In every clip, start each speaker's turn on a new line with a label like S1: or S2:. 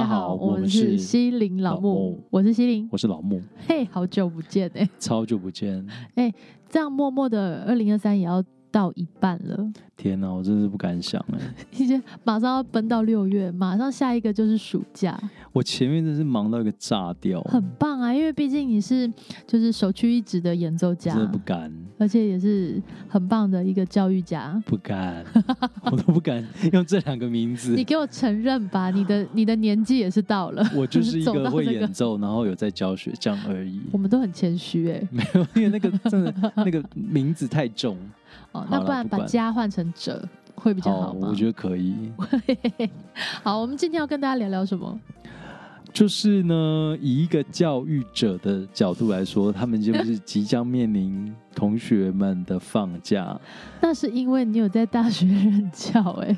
S1: 们
S2: 是
S1: 是
S2: 西林老
S1: 老
S2: 木
S1: 木，
S2: 我是西林。
S1: 我是老木，
S2: 嘿，好久不见哎、
S1: 超久不见，
S2: 这样默默的，二零二三也要到一半了，
S1: 天哪，我真是不敢想哎！
S2: 已经马上要奔到六月，马上下一个就是暑假，
S1: 我前面真是忙到一个炸掉，
S2: 很棒啊！因为毕竟你是就是首屈一指的演奏家
S1: 真，的不敢，
S2: 而且也是很棒的一个教育家。
S1: 不敢， 我都不敢用这两个名字
S2: 你。给我承认吧，你 的你的年纪也是到了，
S1: 我就是一
S2: 走
S1: 个
S2: 到这
S1: 会
S2: 个
S1: 演奏，然后有在教学这样而已。
S2: 我们都很谦虚哎。
S1: 没有，因为那个真的那个名字太重，
S2: 哦，
S1: 好
S2: 那
S1: 啦
S2: 不然
S1: 不
S2: 把
S1: 管
S2: 家换成者会比较好吗？
S1: 我觉得可以。
S2: 好，我们今天要跟大家聊聊什么？
S1: 就是呢，以一个教育者的角度来说，他们就是即将面临同学们的放假。
S2: 那是因为你有在大学任教哎、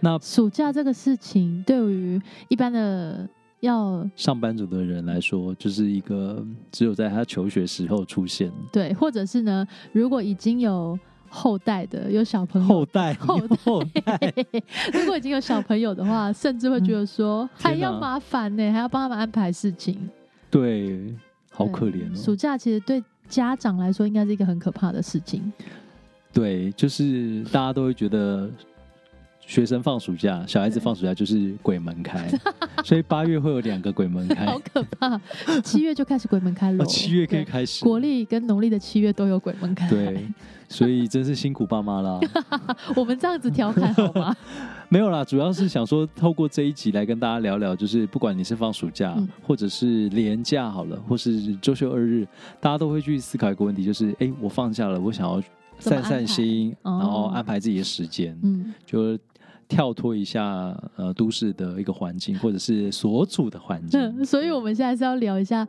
S1: 那
S2: 暑假这个事情对于一般的要
S1: 上班族的人来说，就是一个只有在他求学时候出现
S2: 对，或者是呢，如果已经有后代的有小朋友，
S1: 后代，
S2: 后代
S1: 你有后代嗯
S2: 如果已经有小朋友的话，甚至会觉得说、还
S1: 天
S2: 要
S1: 哪
S2: 麻烦呢、还要帮他们安排事情，
S1: 对，好可怜
S2: 暑
S1: 哦。
S2: 假其实对家长来说应该是一个很可怕的事情。
S1: 对，就是大家都会觉得。学生放暑假，小孩子
S2: 对
S1: 放暑假就是鬼门 开，所以八月会有两个鬼门开，
S2: 好可怕！七月就开始鬼门开了、
S1: 哎哦，七月可以
S2: 对
S1: 开始。
S2: 国历跟农历的七月都有鬼门开。
S1: 对，所以真是辛苦爸妈啦。
S2: 我们这样子调侃好 吗？
S1: 没有啦，主要是想说，透过这一集来跟大家聊聊，就是不管你是放暑假，
S2: 嗯
S1: 或者是连假好了，或是周休二日，大家都会去思考一个问题，就是哎，我放假了，我想要
S2: 怎么
S1: 散散心，
S2: 安排哦
S1: 然后安排自己的时间，
S2: 嗯，
S1: 就跳脱一下呃都市的一个环境，或者是所处的环境，
S2: 所以我们现在是要聊一下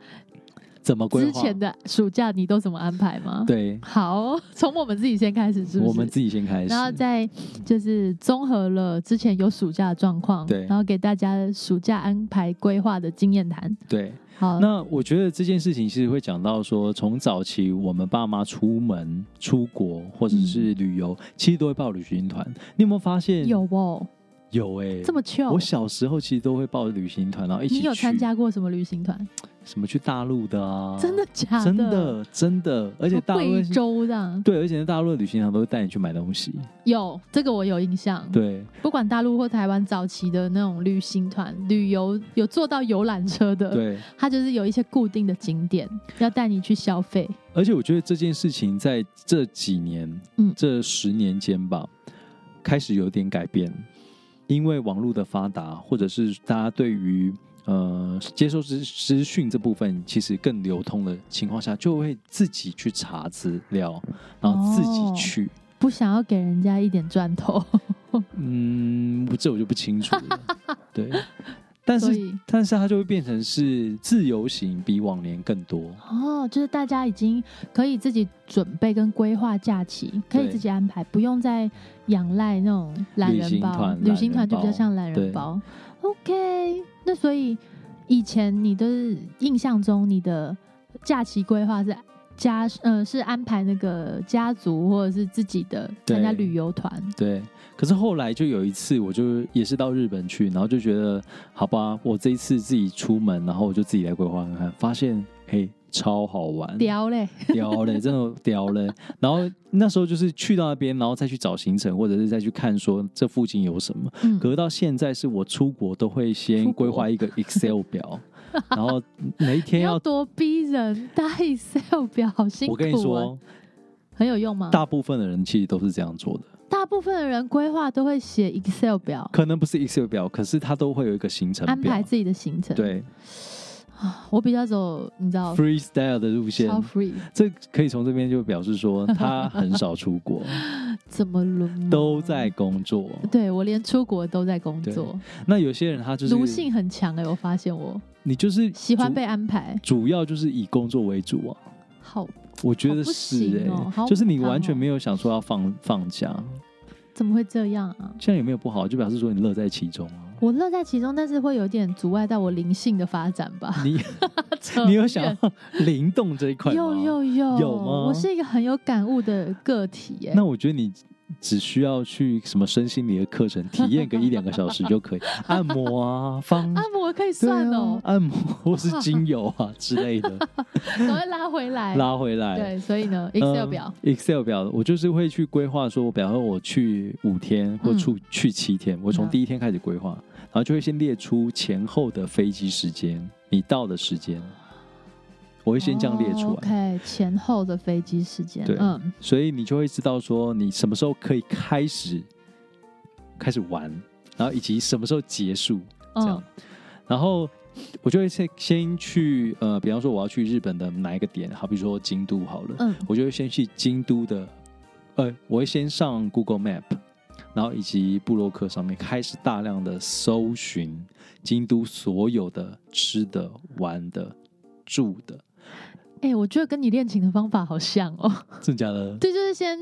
S1: 怎么规
S2: 嗯之
S1: 划
S2: 前的暑假你都怎么安排吗？，
S1: 对，
S2: 好，从我们自己先开始，是不是？
S1: 我们自己先开始，
S2: 然后再就是综合了之前有暑假的状况，
S1: 对
S2: 然后给大家暑假安排规划的经验谈。
S1: 对。
S2: 好，
S1: 那我觉得这件事情其实会讲到说，从早期我们爸妈出门、出国或者是旅游，其实都会报旅行团。你有没有发现？
S2: 嗯有哦，
S1: 有哎、
S2: 这么 chill，
S1: 我小时候其实都会报旅行团，然后一起
S2: 你
S1: 去。
S2: 有参加过什么旅行团？
S1: 什么去大陆的啊？
S2: 真的假
S1: 真的真的，而且大陆
S2: 贵州的
S1: 对，而且大陆的旅行团都会带你去买东西。
S2: 有这个我有印象，
S1: 对，
S2: 不管大陆或台湾早期的那种旅行团旅游，有坐到游览车的，
S1: 对。
S2: 它就是有一些固定的景点要带你去消费。
S1: 而且我觉得这件事情在这几年，
S2: 嗯
S1: 这十年间吧，开始有点改变，因为网络的发达，或者是大家对于呃接收资资讯这部分其实更流通的情况下，就会自己去查资料，然后自己去。
S2: 不想要给人家一点砖头，
S1: 嗯，这我就不清楚了。 对， 但
S2: 所
S1: 是
S2: 以
S1: 但是它就会变成是自由行比往年更多。
S2: 哦，就是大家已经可以自己准备跟规划假期，可以
S1: 对
S2: 自己安排，不用再仰赖那种懒
S1: 旅
S2: 人包。
S1: 行团
S2: 旅行团就比较像懒
S1: 懒
S2: 人
S1: 人
S2: 包。OK，那所以以前你都是印象中你的假期规划是家呃是安排那个家族或者是自己的参加
S1: 对
S2: 旅游团，
S1: 对，可是后来就有一次，我就也是到日本去，然后就觉得，好吧，我这一次自己出门，然后我就自己来规划看看，发现，嘿，超好玩，
S2: 屌嘞，
S1: 屌嘞，真的屌嘞。然后那时候就是去到那边，然后再去找行程，或者是再去看说这附近有什么。
S2: 嗯
S1: 可是到现在是我出国都会
S2: 出
S1: 先
S2: 国
S1: 规划一个 Excel 表，然后哪一
S2: 你
S1: 天
S2: 要
S1: 要，
S2: 多逼人，打 Excel 表好辛苦、啊。嗯
S1: 我跟你说，
S2: 很有用吗？
S1: 大部分的人其实都是这样做的，
S2: 大部分的人规划都会写 Excel 表，
S1: 可能不是 Excel 表，可是他都会有一个行程
S2: 安
S1: 表
S2: 排，自己的行程。
S1: 对。
S2: 啊，我比较走，你知道，
S1: freestyle 的路线
S2: 超。free，
S1: 这可以从这边就表示 说，他很少出国，
S2: 嗯怎么轮
S1: 都在。工作。
S2: 对我连出国都在工作，
S1: 那有些人他就是
S2: 奴性很强哎、我发现我
S1: 你就是
S2: 喜欢
S1: 主
S2: 被安排，
S1: 主要就是以工作为主啊。
S2: 好
S1: 我觉得
S2: 好不
S1: 是
S2: 行哦
S1: 哎、
S2: 好
S1: 就是你
S2: 好
S1: 完全没有想说要放放假，
S2: 怎么会这样啊？
S1: 这样有没有不好？就表示说你乐在其中 啊。
S2: 我乐在其中，但是会有点阻碍到我灵性的发展吧。
S1: 你
S2: 扯
S1: 你有想
S2: 远
S1: 要灵动这一块吗？
S2: 有有有
S1: 有吗
S2: 我是一个很有感悟的个体耶、
S1: 那我觉得你只需要去什么身心灵的课程，体验个一两个小时就可以，按摩 啊，放
S2: 按摩可以算哦，
S1: 啊按摩或是精油啊之类 的，
S2: 赶快拉回来。
S1: 拉回来。
S2: 哎对，所以呢，Excel 表，
S1: 嗯 Excel 表，我就是会去规划，说我比方说我去五天或去、去七天，我从
S2: 嗯
S1: 第一天开始规划，然后就会先列出前后的飞机时间，你到的时间，我会先这样列出来。
S2: 哦 OK，前后的飞机时间。
S1: 对
S2: 嗯，
S1: 所以你就会知道说你什么时候可以开始开始玩，然后以及什么时候结束这样。
S2: 嗯
S1: 然后我就会先先去呃，比方说我要去日本的哪一个点，好比说京都好了，
S2: 嗯
S1: 我就会先去京都的，呃，我会先上 Google Map。然后以及布洛克上面开始大量的搜寻京都所有的吃的、玩的、住 的，
S2: 哎、我觉得跟你练琴的方法好像哦。
S1: 真的假的？
S2: 对，就是先，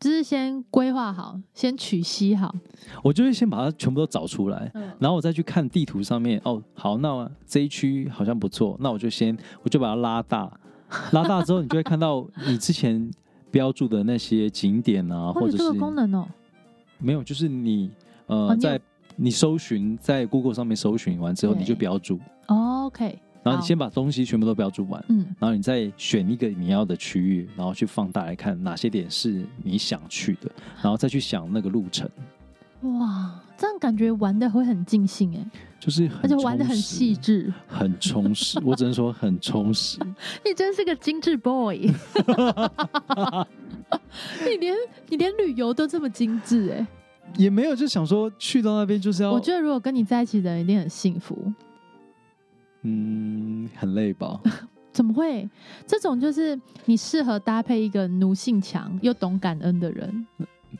S2: 就是先规划好，先取息好。
S1: 我就会先把它全部都找出来，
S2: 嗯
S1: 然后我再去看地图上面，哦，好，那这一区好像不错，那我就先我就把它拉大， 拉大之后，你就会看到你之前标注的那些景点啊，
S2: 哦，
S1: 或
S2: 有
S1: 者
S2: 这
S1: 是
S2: 个功能哦。
S1: 没有，就是你呃、
S2: 哦你有
S1: 在你搜寻在 Google 上面搜寻完之后，
S2: 对
S1: 你就标注，
S2: 哦 OK，
S1: 然后
S2: 好
S1: 你先把东西全部都标注完。
S2: 嗯
S1: 然后你再选一个你要的区域，然后去放大来看哪些点是你想去的，然后再去想那个路程，
S2: 哇，这样感觉玩的会很尽兴哎，
S1: 就是很
S2: 而且玩的很
S1: 充实
S2: 细致。
S1: 很充实，我只能说很充实。
S2: 你真是个精致 boy，你 连你连旅游都这么精致哎、
S1: 也没有就想说去到那边就是要，
S2: 我觉得如果跟你在一起的人一定很幸福。
S1: 嗯很累吧，
S2: 怎么会？这种就是你适合搭配一个奴性强又懂感恩的人，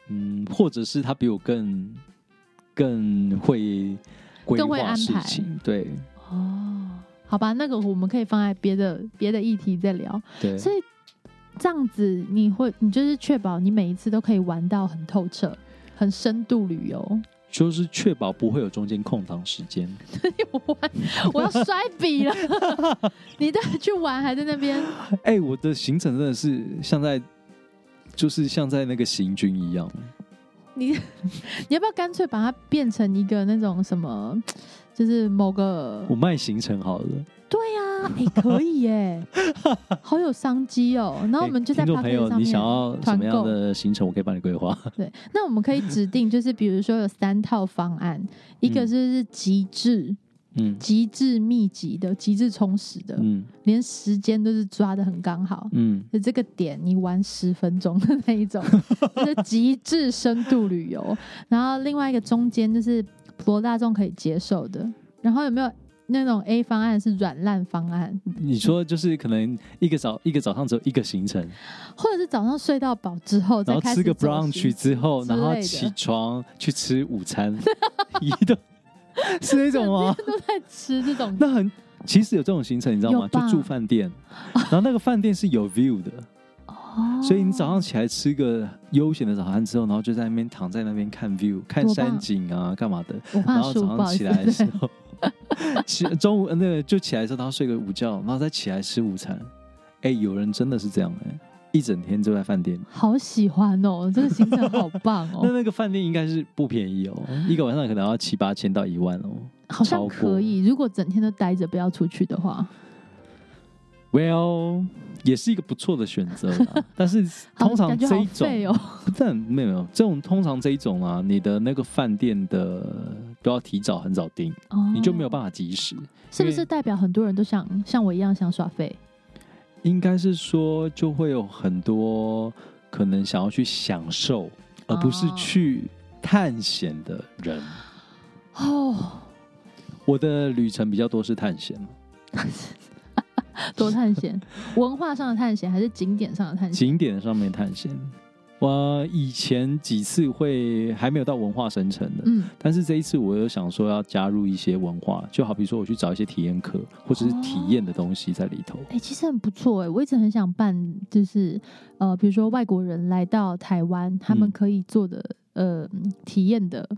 S1: 嗯，或者是他比我更更会规
S2: 更会
S1: 划
S2: 安
S1: 事
S2: 排
S1: 情，对
S2: 哦，好吧，那个我们可以放在别的别的议题再聊。
S1: 对，
S2: 所以这样子，你会你就是确保你每一次都可以玩到很透彻、很深度旅游。
S1: 就是确保不会有中间空档时间。
S2: 我玩我要摔笔了，你带去玩还在那边，
S1: 哎、我的行程真的是像在。就是像在那个行军一样，
S2: 你你要不要干脆把它变成一个那种什么，就是某个
S1: 我卖行程好了。
S2: 对呀、啊，哎、可以耶， 好有商机哦。然后我们就在
S1: 哎听众
S2: p
S1: 朋
S2: a
S1: 友，
S2: 上
S1: 你想
S2: 面。
S1: 要什么
S2: 团
S1: 样
S2: 购
S1: 的行程，我可以帮你规划。
S2: 对，那我们可以指定，就是比如说有三套方案，一个就是极 致、
S1: 嗯
S2: 极致密集的、极致充实的，
S1: 嗯
S2: 连时间都是抓的很刚好。
S1: 嗯，
S2: 就这个点，你玩十分钟的那 一种，就是极致深度旅游。然后另外一个中间就是普罗大众可以接受的。然后有没有那种 A 方案是软烂方案，
S1: 你说就是可能一个早一个早上只有一个行程，
S2: 或者是早上睡到饱之后
S1: 然
S2: 再
S1: 后
S2: 开
S1: 吃
S2: 始
S1: 个
S2: 做事
S1: brunch 之后，
S2: 之
S1: 然后
S2: 类的
S1: 起床去吃午餐，一 顿是那种吗？
S2: 都在吃这种
S1: 那很其实有这种行程，你知道吗？
S2: 有吧
S1: 就住饭 店，然后那个饭店是有 view 的，
S2: 哦
S1: 所以你早上起来吃个悠闲的早餐之后，然后就在那边躺在那边看 view，看
S2: 多棒
S1: 山景啊，干嘛的。
S2: 我怕
S1: 然后
S2: 输，
S1: 早
S2: 不
S1: 上
S2: 好意
S1: 起
S2: 思，
S1: 来的时
S2: 对
S1: 候，起中午呃那个就起来的时候，然后睡个午觉，然后再起来吃午餐。哎、有人真的是这样哎、一整天就在饭店。
S2: 好喜欢哦，这个行程好棒
S1: 那
S2: 哦，啊
S1: 那个饭店应该是不便宜哦，一个晚上可能要七八千到一万哦。
S2: 好像
S1: 超
S2: 可以。如果整天都待着不要出去的话，
S1: Well，也是一个不错的选择啦， 但是
S2: 好
S1: 通常
S2: 感觉
S1: 这
S2: 好
S1: 一种，
S2: 废哦，
S1: 但没有没有这种通常这一种啊，你的那个饭店的都要提早很早订，
S2: 哦
S1: 你就没有办法及时。
S2: 是不
S1: 因
S2: 是
S1: 为
S2: 代表很多人都想像我一样想耍废？
S1: 应该是说就会有很多可能想要去享受，而不是
S2: 哦
S1: 去探险的人。
S2: 哦，
S1: 我的旅程比较多是探险，
S2: 多探 险，文化上的探险还是景点上的探险？
S1: 景点上面探险。我以前几次会还没有到文化生成的，
S2: 嗯，
S1: 但是这一次我有想说要加入一些文化，就好比说我去找一些体验课或者是体验的东西在里头。
S2: 哎、其实很不错哎、我一直很想办，就是呃，比如说外国人来到台湾，他们
S1: 嗯
S2: 可以做的、呃嗯体验的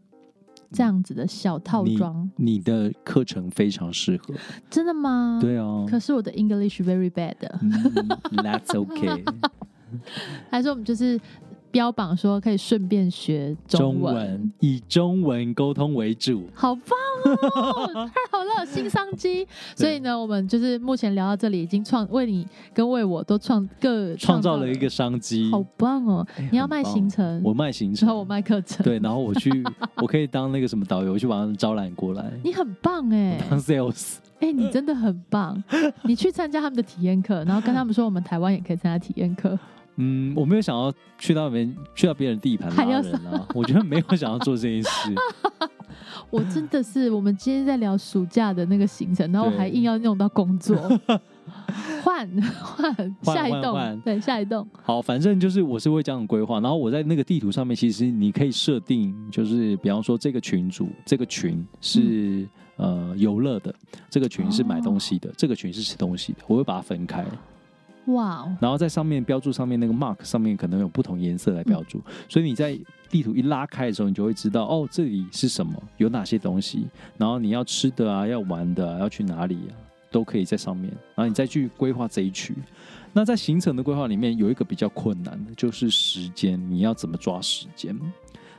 S2: 这样子的小套装，
S1: 你的课程非常适合，
S2: 真的吗？、
S1: 对啊。
S2: 可是我的 English very bad，
S1: 嗯 That's okay，
S2: 还是我们就是。标榜说可以顺便学
S1: 中
S2: 文，
S1: 文以中文沟通为主。
S2: 好棒哦！太好 了，新商机。所以呢，我们就是目前聊到这里，已经创为你跟为我都创各
S1: 创造了一个商机，
S2: 好棒哦！
S1: 哎
S2: 你要卖
S1: 很棒
S2: 行程，
S1: 我卖行
S2: 之后
S1: 程，
S2: 我卖课程，
S1: 对，然后我去，我可以当那个什么导游，去把他们招揽过来，
S2: 你很棒 哎、
S1: 当 sales。
S2: 哎、你真的很棒！你去参加他们的体验课，然后跟他们说我们台湾也可以参加体验课，
S1: 嗯，我没有想要去到别人去到别人地盘
S2: 还
S1: 拉
S2: 要
S1: 人啊， 我觉得没有想要做这件事。
S2: 我真的是，我们今天在聊暑假的那个行程，然后我还
S1: 对
S2: 硬要弄到工作，换换
S1: 换
S2: 下一
S1: 换
S2: 栋
S1: 换，
S2: 对下一栋，
S1: 好，反正就是我是会这样规划，然后我在那个地图上面，其实你可以设定，就是比方说这个群组，这个群是、呃游乐的，这个群是买东西的，这个群是吃东西的，我会把它分开，
S2: 哇哦，
S1: 然后在上面标注上面那个 mark 上面可能有不同颜色来标注，
S2: 嗯
S1: 所以你在地图一拉开的时候，你就会知道哦这里是什么，有哪些东西，然后你要吃的啊，要玩的、啊，要去哪里啊，都可以在上面，然后你再去规划这一区。那在行程的规划里面有一个比较困难的，就是时间，你要怎么抓时间？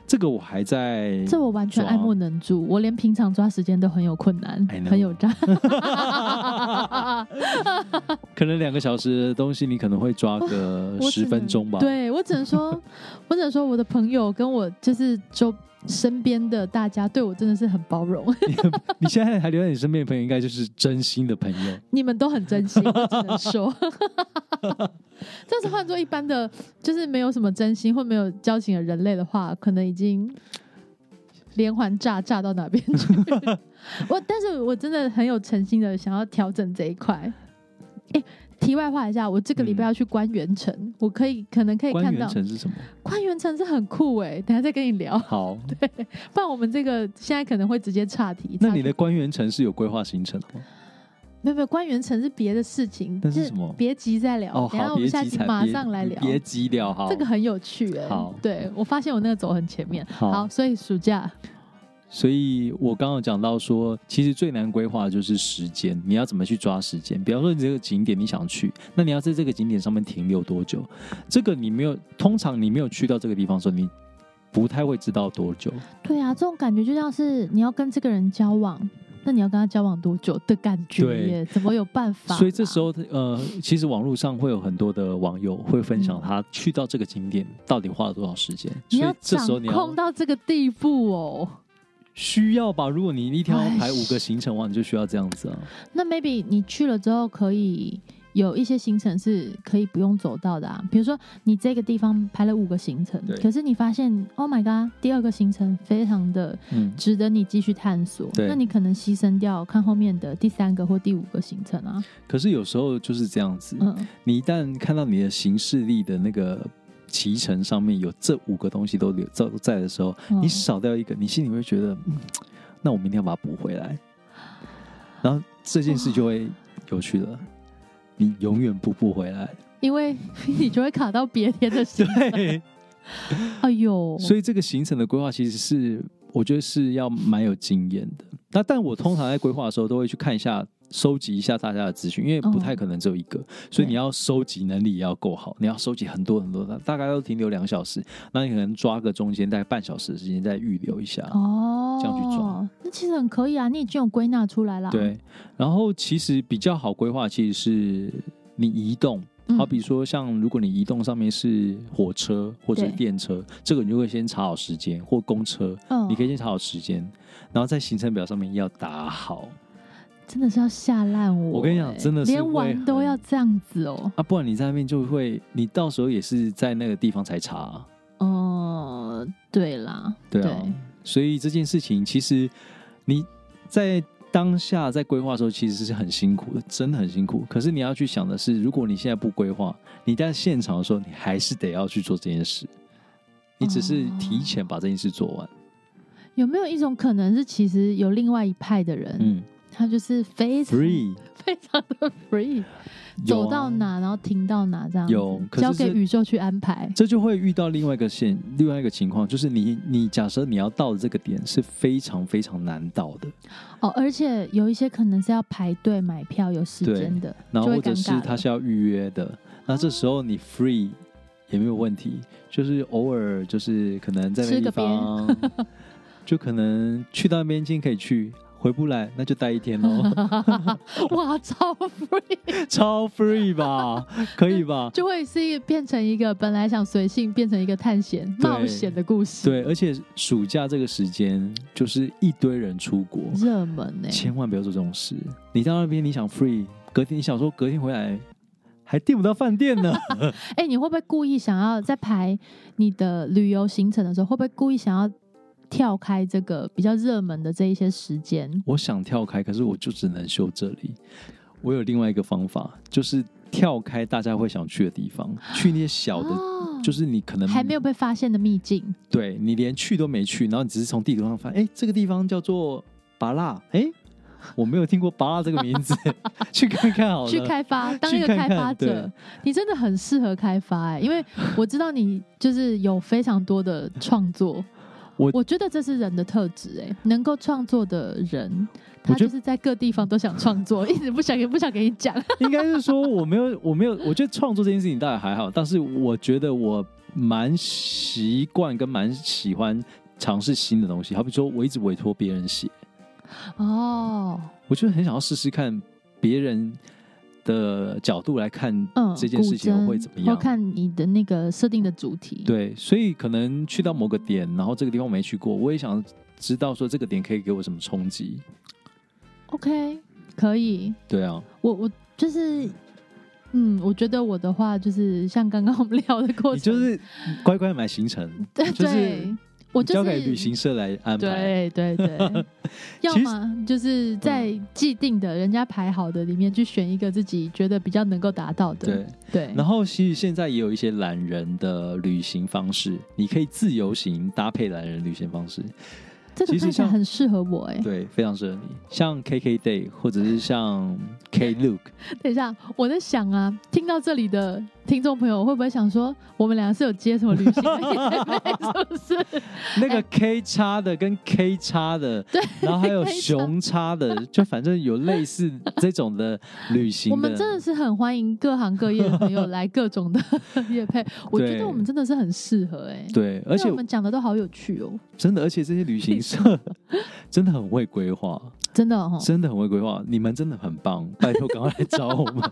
S1: 这个我还在，
S2: 这我完全爱莫能助，我连平常抓时间都很有困难
S1: I，know
S2: 很有障
S1: 可能两个小时的东西，你可能会抓个
S2: 哦我只
S1: 十
S2: 能
S1: 分钟吧。，
S2: 对我只能说，我只能说我的朋友跟我就是周身边的大家对我真的是很包容，
S1: 你现在还留在你身边的朋友，应该就是真心的朋友。
S2: 你们都很 真心，我只能说。 但是换做一般的，就是没有什么真心或没有交情的人类的话，可能已经连环炸炸到哪边 去。我，但是我真的很有诚心的想要调整这一块。哎、题外话一下，我这个礼拜
S1: 嗯
S2: 要去官员城，我可以可能可以
S1: 官
S2: 看到
S1: 员城是什么？
S2: 官员城是很酷哎、等一下再跟你聊，
S1: 好，
S2: 不然我们这个现在可能会直接岔题。
S1: 那
S2: 岔
S1: 你
S2: 题
S1: 的官员城是有规划行程的吗？
S2: 没有没有，官员城是别的事情，
S1: 那是
S2: 这
S1: 什么
S2: 别急再聊，
S1: 哦，
S2: 等一下
S1: 好，
S2: 我们
S1: 别
S2: 下
S1: 急
S2: 集
S1: 才
S2: 马
S1: 别
S2: 上来聊。
S1: 别急聊，好，
S2: 这个很有趣哎、
S1: 好
S2: 对我发现我那个走很前面，
S1: 好
S2: 所以暑假
S1: 所以我刚刚有讲到说，其实最难规划的就是时间，你要怎么去抓时间？比方说，你这个景点你想去，那你要在这个景点上面停留多久？这个你没有，通常你没有去到这个地方的时候，你不太会知道多久。
S2: 对啊，这种感觉就像是你要跟这个人交往，那你要跟他交往多久的感觉
S1: 对
S2: 耶？怎么有办法、啊
S1: 所以这时，候，呃，其实网络上会有很多的网友会分享他去到这个景点到底花了多少时间。
S2: 嗯你
S1: 所
S2: 要
S1: 以这
S2: 掌
S1: 时候你要
S2: 控到这个地步哦。
S1: 需要吧？如果你一天要
S2: 哎
S1: 排五个行程完，你就需要这样子啊。
S2: 那 maybe 你去了之后可以。有一些行程是可以不用走到的啊，比如说你这个地方排了五个行程
S1: 对，
S2: 可是你发现，Oh my god，第二个行程非常的
S1: 嗯，
S2: 值得你继续探索，
S1: 对
S2: 那你可能牺牲掉看后面的第三个或第五个行程啊。
S1: 可是有时候就是这样子，
S2: 嗯，
S1: 你一旦看到你的行事历的那个骑程上面有这五个东西都留在在的时候，
S2: 嗯
S1: 你少掉一个，你心里会觉得，嗯那我明天要把它补回来，然后这件事就会有趣了。你永远补不回 来，
S2: 因 为你就会卡到别天的行程。
S1: 对，
S2: 哎呦，
S1: 所以这个行程的规划其实是，我觉得是要蛮有经验的。那但我通常在规划的时候，都会去看一下、收集一下大家的资讯，因为不
S2: 嗯
S1: 太可能只有一个，所以你要收集能力也要够好，你要收集很多很多的，大概要停留两小时，那你可能抓个中间大概半小时的时间再预留一下。
S2: 哦，
S1: 这样去抓，
S2: 那其实很可以啊，你已经有归纳出来了。
S1: 对，然后其实比较好规划，其实是你移动。
S2: 嗯，
S1: 好比说，像如果你移动上面是火车或者是
S2: 对
S1: 电车，这个你就会先查好时间，或公车，
S2: 嗯
S1: 你可以先查好时间，然后在行程表上面要打好
S2: 真的是要吓烂我。
S1: 我跟你讲
S2: 哎
S1: 真的是
S2: 连
S1: 会
S2: 玩
S1: 很
S2: 都要这样子哦。
S1: 啊，不然你在那边就会，你到时候也是在那个地方才查啊，
S2: 哦，对啦，
S1: 对啊，所以这件事情其实你在当下在规划的时候其实是很辛苦的，真的很辛苦。可是你要去想的是，如果你现在不规划，你在现场的时候，你还是得要去做这件事，你只是提前把这件事做完，
S2: 哦有没有一种可能是，其实有另外一派的人，
S1: 嗯
S2: 他就是非常
S1: ，free
S2: 非常 的 free，
S1: 有啊
S2: 走到哪然后停到哪这样子，
S1: 有可是
S2: 交给
S1: 这
S2: 宇宙去安排。
S1: 这就会遇到另外一个现，另外一个情况，就是你你假设你要到的这个点是非常非常难到的，
S2: 哦，而且有一些可能是要排队买票有时间的，
S1: 然后
S2: 就
S1: 或
S2: 会
S1: 者
S2: 尴
S1: 是
S2: 尬了
S1: 哦它是要预约的，那这时候你 free 也没有问题，就是偶尔就是可能在那
S2: 吃
S1: 地
S2: 个边
S1: 方， 就可能去到那边今天可以去，回不来那就待一天喽，
S2: 哇，超 free，
S1: 超 free 吧，可以 吧？
S2: 就会是一个变成一个本来想随性变成一个探险
S1: 对
S2: 冒险的故事，
S1: 对，而且暑假这个时间就是一堆人出国，
S2: 热门呢、欸
S1: 千万不要做这种事。你到那边你想 free，隔天你想说隔天回来还订不到饭店 呢，
S2: 哎、你会不会故意想要在排你的旅游行程的时候，会不会故意想要跳开这个比较热门的这一些时间？
S1: 我想跳开，可是我就只能休这里。我有另外一个方法，就是跳开大家会想去的地 方，去那些小的，
S2: 哦
S1: 就是你可能
S2: 还没有被发现的秘境，
S1: 对你连去都没去，然后你只是从地图上 翻，哎，这个地方叫做巴拉，哎，我没有听过巴拉这个名 字，去看看好了。
S2: 去开发，当一个
S1: 哦看看
S2: 开发者，
S1: 对。
S2: 你真的很适合开发哎、因为我知道你就是有非常多的创作
S1: 我
S2: 我觉得这是人的特质哎、能够创作的人，他
S1: 我觉得
S2: 就是在各地方都想创作，一直不想也不想给你讲。
S1: 应该是说我没有，我没有，我觉得创作这件事情倒也还好，但是我觉得我蛮习惯跟蛮喜欢尝试新的东西，好比说我一直委托别人写，
S2: 哦，
S1: 我就很想要试试看别人的角度来看
S2: 嗯，
S1: 这件事情
S2: 古
S1: 会
S2: 筝
S1: 怎么样。
S2: 或看你的那个设定的主题。，
S1: 对，所以可能去到某个点，然后这个地方我没去过，我也想知道说这个点可以给我什么冲击。
S2: ，OK，可以。
S1: 对啊，
S2: 我我就是，嗯，我觉得我的话就是像刚刚我们聊的过
S1: 你
S2: 程，
S1: 就是乖乖买行程，
S2: 对，
S1: 就是
S2: 对我就是
S1: 交给旅。行社来安排。
S2: 对 对对，要么就是在既定的人家排好的里面去选一个自己觉得比较能够达到的。
S1: 对，
S2: 对，
S1: 然后其实现在也有一些懒人的旅行方式，你可以自由行搭配懒人旅行方式，
S2: 嗯这个
S1: 其实
S2: 看起来
S1: 像
S2: 很适合我哎、
S1: 对，非常适合你。像 KK Day 或者是 像 K Look，
S2: 等一下，我在想啊，听到这里的听众朋友会不会想说，我们俩是有接什么旅行的业配，是不是？
S1: 那个 K 叉的跟 K 叉的，
S2: 对
S1: 然后还有
S2: K 叉
S1: 熊叉的，就反正有类似这种的旅行的。
S2: 我们真的是很欢迎各行各业的朋友来各 种的业配，我觉
S1: 对
S2: 得我们真的是很适合哎、
S1: 对，而
S2: 因为
S1: 且
S2: 我们讲的都好有趣哦，
S1: 真的，而且这些旅行社 真的很会规划，
S2: 真的哦。
S1: 真的很会规划，你们真的很棒，拜托赶快来找我 们。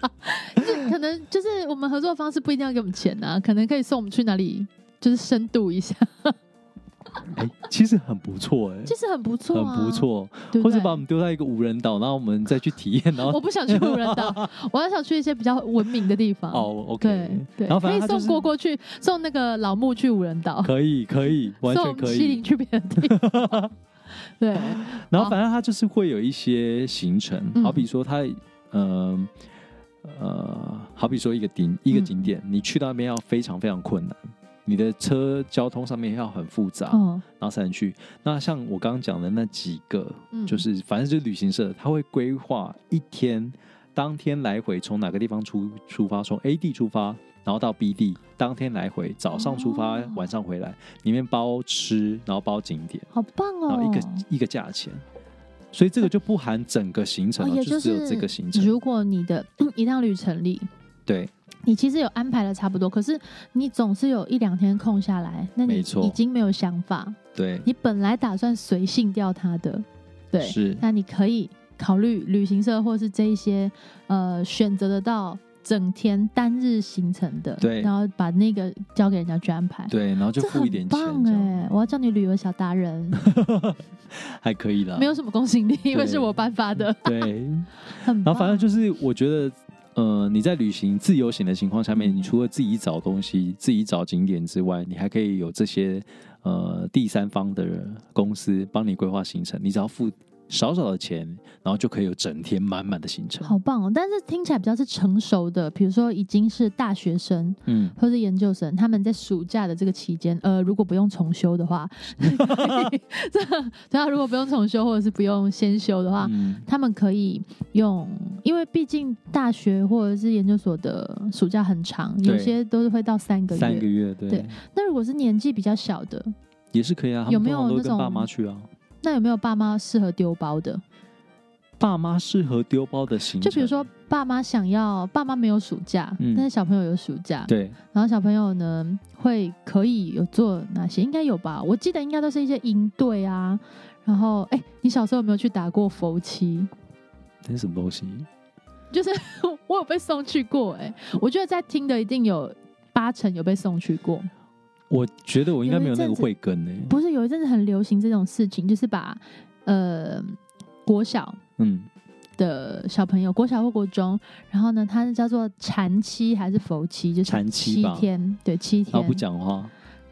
S2: 这可能就是我们合作方式不一定要给我们钱啊，可能可以送我们去哪里，就是深度 一下，
S1: 哎、其实很不错哎、
S2: 其实很不
S1: 很
S2: 错、啊，
S1: 不，错，
S2: 对不
S1: 或
S2: 对
S1: 者 把我们丢到一个无人岛，然后我们再去体验，然后
S2: 我不想去无人岛，我还想去一些比较文明的地方。
S1: 哦，OK，
S2: 对对，
S1: 然后反正
S2: 可
S1: 他
S2: 以
S1: 就是
S2: 送蝈蝈去，送那个老木去无人岛，
S1: 可以可 以， 完全
S2: 送
S1: 可
S2: 西
S1: 以
S2: 林。去别的地方。 对，
S1: 然后反正他就是会有一些行程，
S2: 嗯
S1: 好比说他，呃呃，好比说一个
S2: 嗯
S1: 景一个景点，你去到那边要非常非常困难，你的车交通上面要很复杂，
S2: 嗯
S1: 然后才能去。那像我刚刚讲的那几个，
S2: 嗯
S1: 就是反正就是旅行社，他会规划一天，当天来回从哪个地方出出发，从 A 地出发，然后到 B 地，当天来回，早上出发，
S2: 哦
S1: 晚上回来，里面包吃，然后包景点，
S2: 好棒
S1: 然
S2: 哦！
S1: 后一个、一个价钱。所以这个就不含整个行程
S2: 哦，
S1: 了，
S2: 也
S1: 就只有
S2: 是
S1: 这个行程。
S2: 如果你的 一趟旅程里，
S1: 对
S2: 你其实有安排的差不多，可是你总是有一两天空下来，那你
S1: 没错
S2: 已经没有想法，
S1: 对，
S2: 你本来打算随性掉它的，对，
S1: 是
S2: 那你可以考虑旅行社或是这一些呃选择得到整天单日行程的，
S1: 对
S2: 然后把那个交给人家去安排，
S1: 对，然后就
S2: 这
S1: 付一点
S2: 很
S1: 钱，
S2: 棒
S1: 这样
S2: 哎！我要叫你旅游小 达人，
S1: 还可以啦。
S2: 没有什么公信力，因为
S1: 对
S2: 是我颁发 的，
S1: 对，
S2: 很
S1: 然
S2: 棒。
S1: 后反正就是，我觉得，呃，你在旅行自由行的情况下面，
S2: 嗯
S1: 你除了自己找东西、自己找景点之外，你还可以有这些呃第三方的公司帮你规划行程，你只要付少少的钱，然后就可以有整天满满的行程。
S2: 好棒哦！但是听起来比较是成熟的，比如说已经是大学生，
S1: 嗯，
S2: 或是研究生，他们在暑假的这个期间，呃，如果不用重修的 话，这对啊，如果不用重修或者是不用先修的话，
S1: 嗯，
S2: 他们可以用，因为毕竟大学或者是研究所的暑假很长，
S1: 对
S2: 有些都是会到三个月。
S1: 三个月，对，
S2: 对那如果是年纪比较小的，
S1: 也是可以啊。他们
S2: 有没
S1: 通常都
S2: 有那
S1: 跟爸
S2: 种
S1: 妈去啊？嗯
S2: 那有没有爸妈适合丢包的？
S1: 爸妈适合丢包的行程，
S2: 就比如说，爸妈想要，爸妈没有暑假，
S1: 嗯
S2: 但是小朋友有暑假，
S1: 对，
S2: 然后小朋友呢会可以有做哪些？应该有吧？我记得应该都是一些营队啊。然后，哎、你小时候有没有去打过佛七？
S1: 这是什么东西？
S2: 就是我有被送去过、哎，我觉得在听的一定有八成有被送去过。
S1: 嗯我觉得我应该没有那
S2: 有
S1: 个
S2: 一阵子
S1: 慧根呢、欸
S2: 不是有一阵子很流行这种事情，就是把呃国小
S1: 嗯，
S2: 的小朋友，国小或国中，然后呢，它是叫做禅期还是佛期？就是
S1: 禅期
S2: 七
S1: 吧
S2: 天，对，七
S1: 然后。
S2: 天
S1: 不讲话，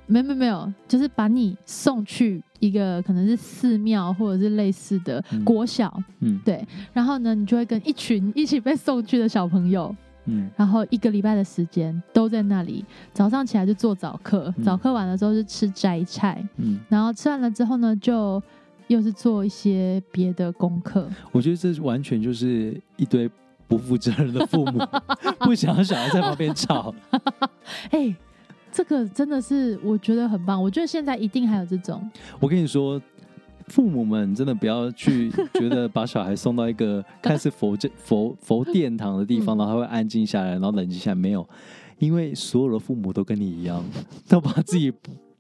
S2: 没有没有没有，就是把你送去一个可能是寺庙或者是类似的
S1: 嗯
S2: 国小，
S1: 嗯
S2: 对，然后呢，你就会跟一群一起被送去的小朋友，
S1: 嗯，
S2: 然后一个礼拜的时间都在那里，早上起来就做早课，
S1: 嗯
S2: 早课完了之后就吃斋菜，
S1: 嗯，
S2: 然后吃完了之后呢，就又是做一些别的功课，
S1: 我觉得这完全就是一堆不负责任的父母， 不想让小孩在旁边吵。
S2: 哎、这个真的是我觉得很棒，我觉得现在一定还有这种，
S1: 我跟你说，父母们真的不要去觉得把小孩送到一个看似佛 这佛佛殿堂的地方，
S2: 嗯
S1: 然后他会安静下来，然后冷静下来。没有，因为所有的父母都跟你一样，都把自己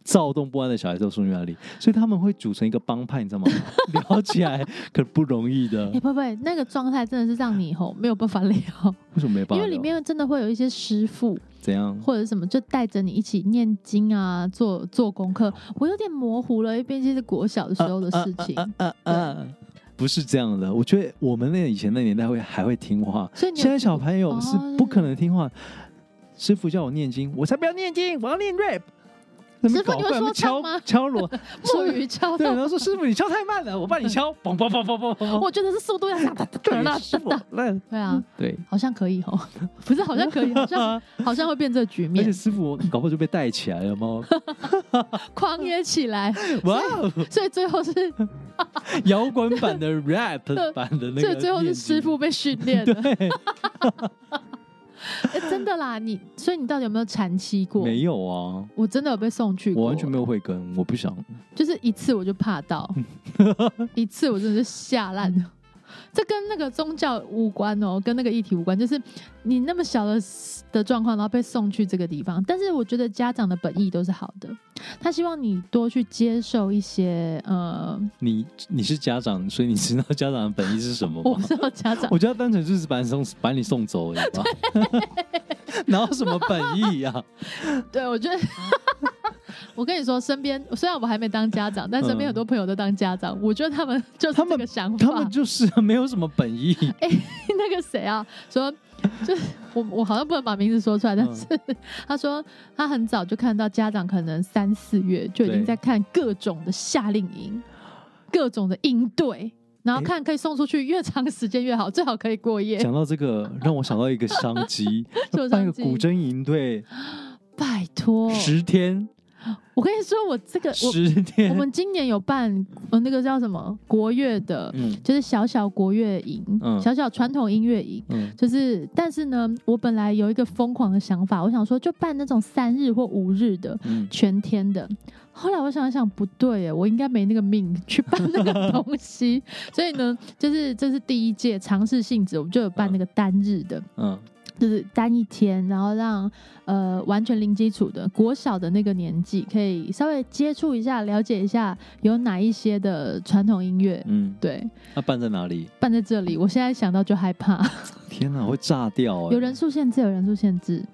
S1: 躁动不安的小孩都送去那里，所以他们会组成一个帮派，你知道吗？ 聊起来可不容易的
S2: 哎、。不不，那个状态真的是让你吼没有 办法聊。
S1: 为什么没办法
S2: 因
S1: 聊？
S2: 为里面真的会有一些师傅
S1: 怎样？
S2: 或者什么，就带着你一起念经啊，做做功课。我有点模糊了，因为毕竟是国小的时候的事情，
S1: 啊啊！
S2: 呃
S1: 不是这样的，我觉得我们那以前那年代会还会听话，
S2: 所以你有
S1: 现在小朋友是
S2: 哦
S1: 不可能听话。师傅叫我念经，我才不要念经，我要念 rap。
S2: 师傅你
S1: 那边搞怪那
S2: 会
S1: 边
S2: 说唱吗
S1: 敲敲锣，
S2: 木鱼 敲
S1: 对，然
S2: 动。
S1: 后说师傅你敲太慢了，我帮你 敲，梆梆梆梆梆梆。
S2: 我觉得是速度要打打打
S1: 对
S2: 打
S1: 师傅
S2: 打。
S1: 那
S2: 对啊，
S1: 对，
S2: 好像可以哦， 不是好像可以，好像
S1: 而
S2: 好像会变这局
S1: 且
S2: 面，
S1: 师傅搞不好就被带起来了 吗？
S2: 狂野起来。
S1: 哇，哦，
S2: 所以最后 是，
S1: 摇滚版的 rap 版的那个念经，
S2: 所以最后是师傅被训练的。哎真的啦，你所以你到底有没有禅期过？
S1: 没有啊，
S2: 我真的有被送去过，
S1: 我完全没有慧根，我不想。
S2: 就是一次我就怕到， 一次我真的是吓烂了。这跟那个宗教无关哦，跟那个议题无关，就是你那么小的的状况，然后被送去这个地方。但是我觉得家长的本意都是好的，他希望你多去接受一些呃，
S1: 你你是家长，所以你知道家长的本意是什么
S2: 我
S1: 吗
S2: 不？知道家长
S1: 我觉得单纯就是把你送把你送走而已 吧， 哪有什么本意呀、啊？
S2: 对，我觉得， 我跟你说，身边虽然我还没当家长，但身边
S1: 嗯
S2: 很多朋友都当家长，我觉得他们就是
S1: 他
S2: 这
S1: 们
S2: 个想法，
S1: 他们就是 没有什么本意。
S2: 哎 那个谁啊，说就是我我好像不能把名字说出
S1: 嗯
S2: 来，但是、他说他很早就看到家长可能三四月就已经
S1: 对
S2: 在看各种的夏令营，各种的应对，然后
S1: 诶
S2: 看可以送出去越长时间越好，最好可以过夜。
S1: 讲到这个，让我想到一个商机
S2: 什
S1: 办一
S2: 么，商
S1: 个
S2: 机
S1: 古筝营队，
S2: 拜托，
S1: 十天，
S2: 我跟你说，我这个呃我
S1: 十
S2: 我
S1: 天，
S2: 们今年有办呃那个叫什么国乐的，
S1: 嗯
S2: 就是小小国乐营，
S1: 嗯
S2: 小小传统音乐营。
S1: 嗯，
S2: 就是，但是呢，我本来有一个疯狂的想法，我想说就办那种三日或五日的
S1: 嗯
S2: 全天的。后来我想想不对耶，我应该没那个命去办那个东西，所以呢， 就是这是第一届尝试性质，我们就有办那个单日的，
S1: 嗯
S2: 就是单一天，然后让呃完全零基础的国小的那个年纪可以稍微接触一下，了解一下有哪一些的传统音乐。
S1: 嗯，
S2: 对，
S1: 那办在哪里？
S2: 办在这里，我现在想到就害怕。
S1: 天哪，会炸掉、欸！
S2: 有人，数限制，有人数限制，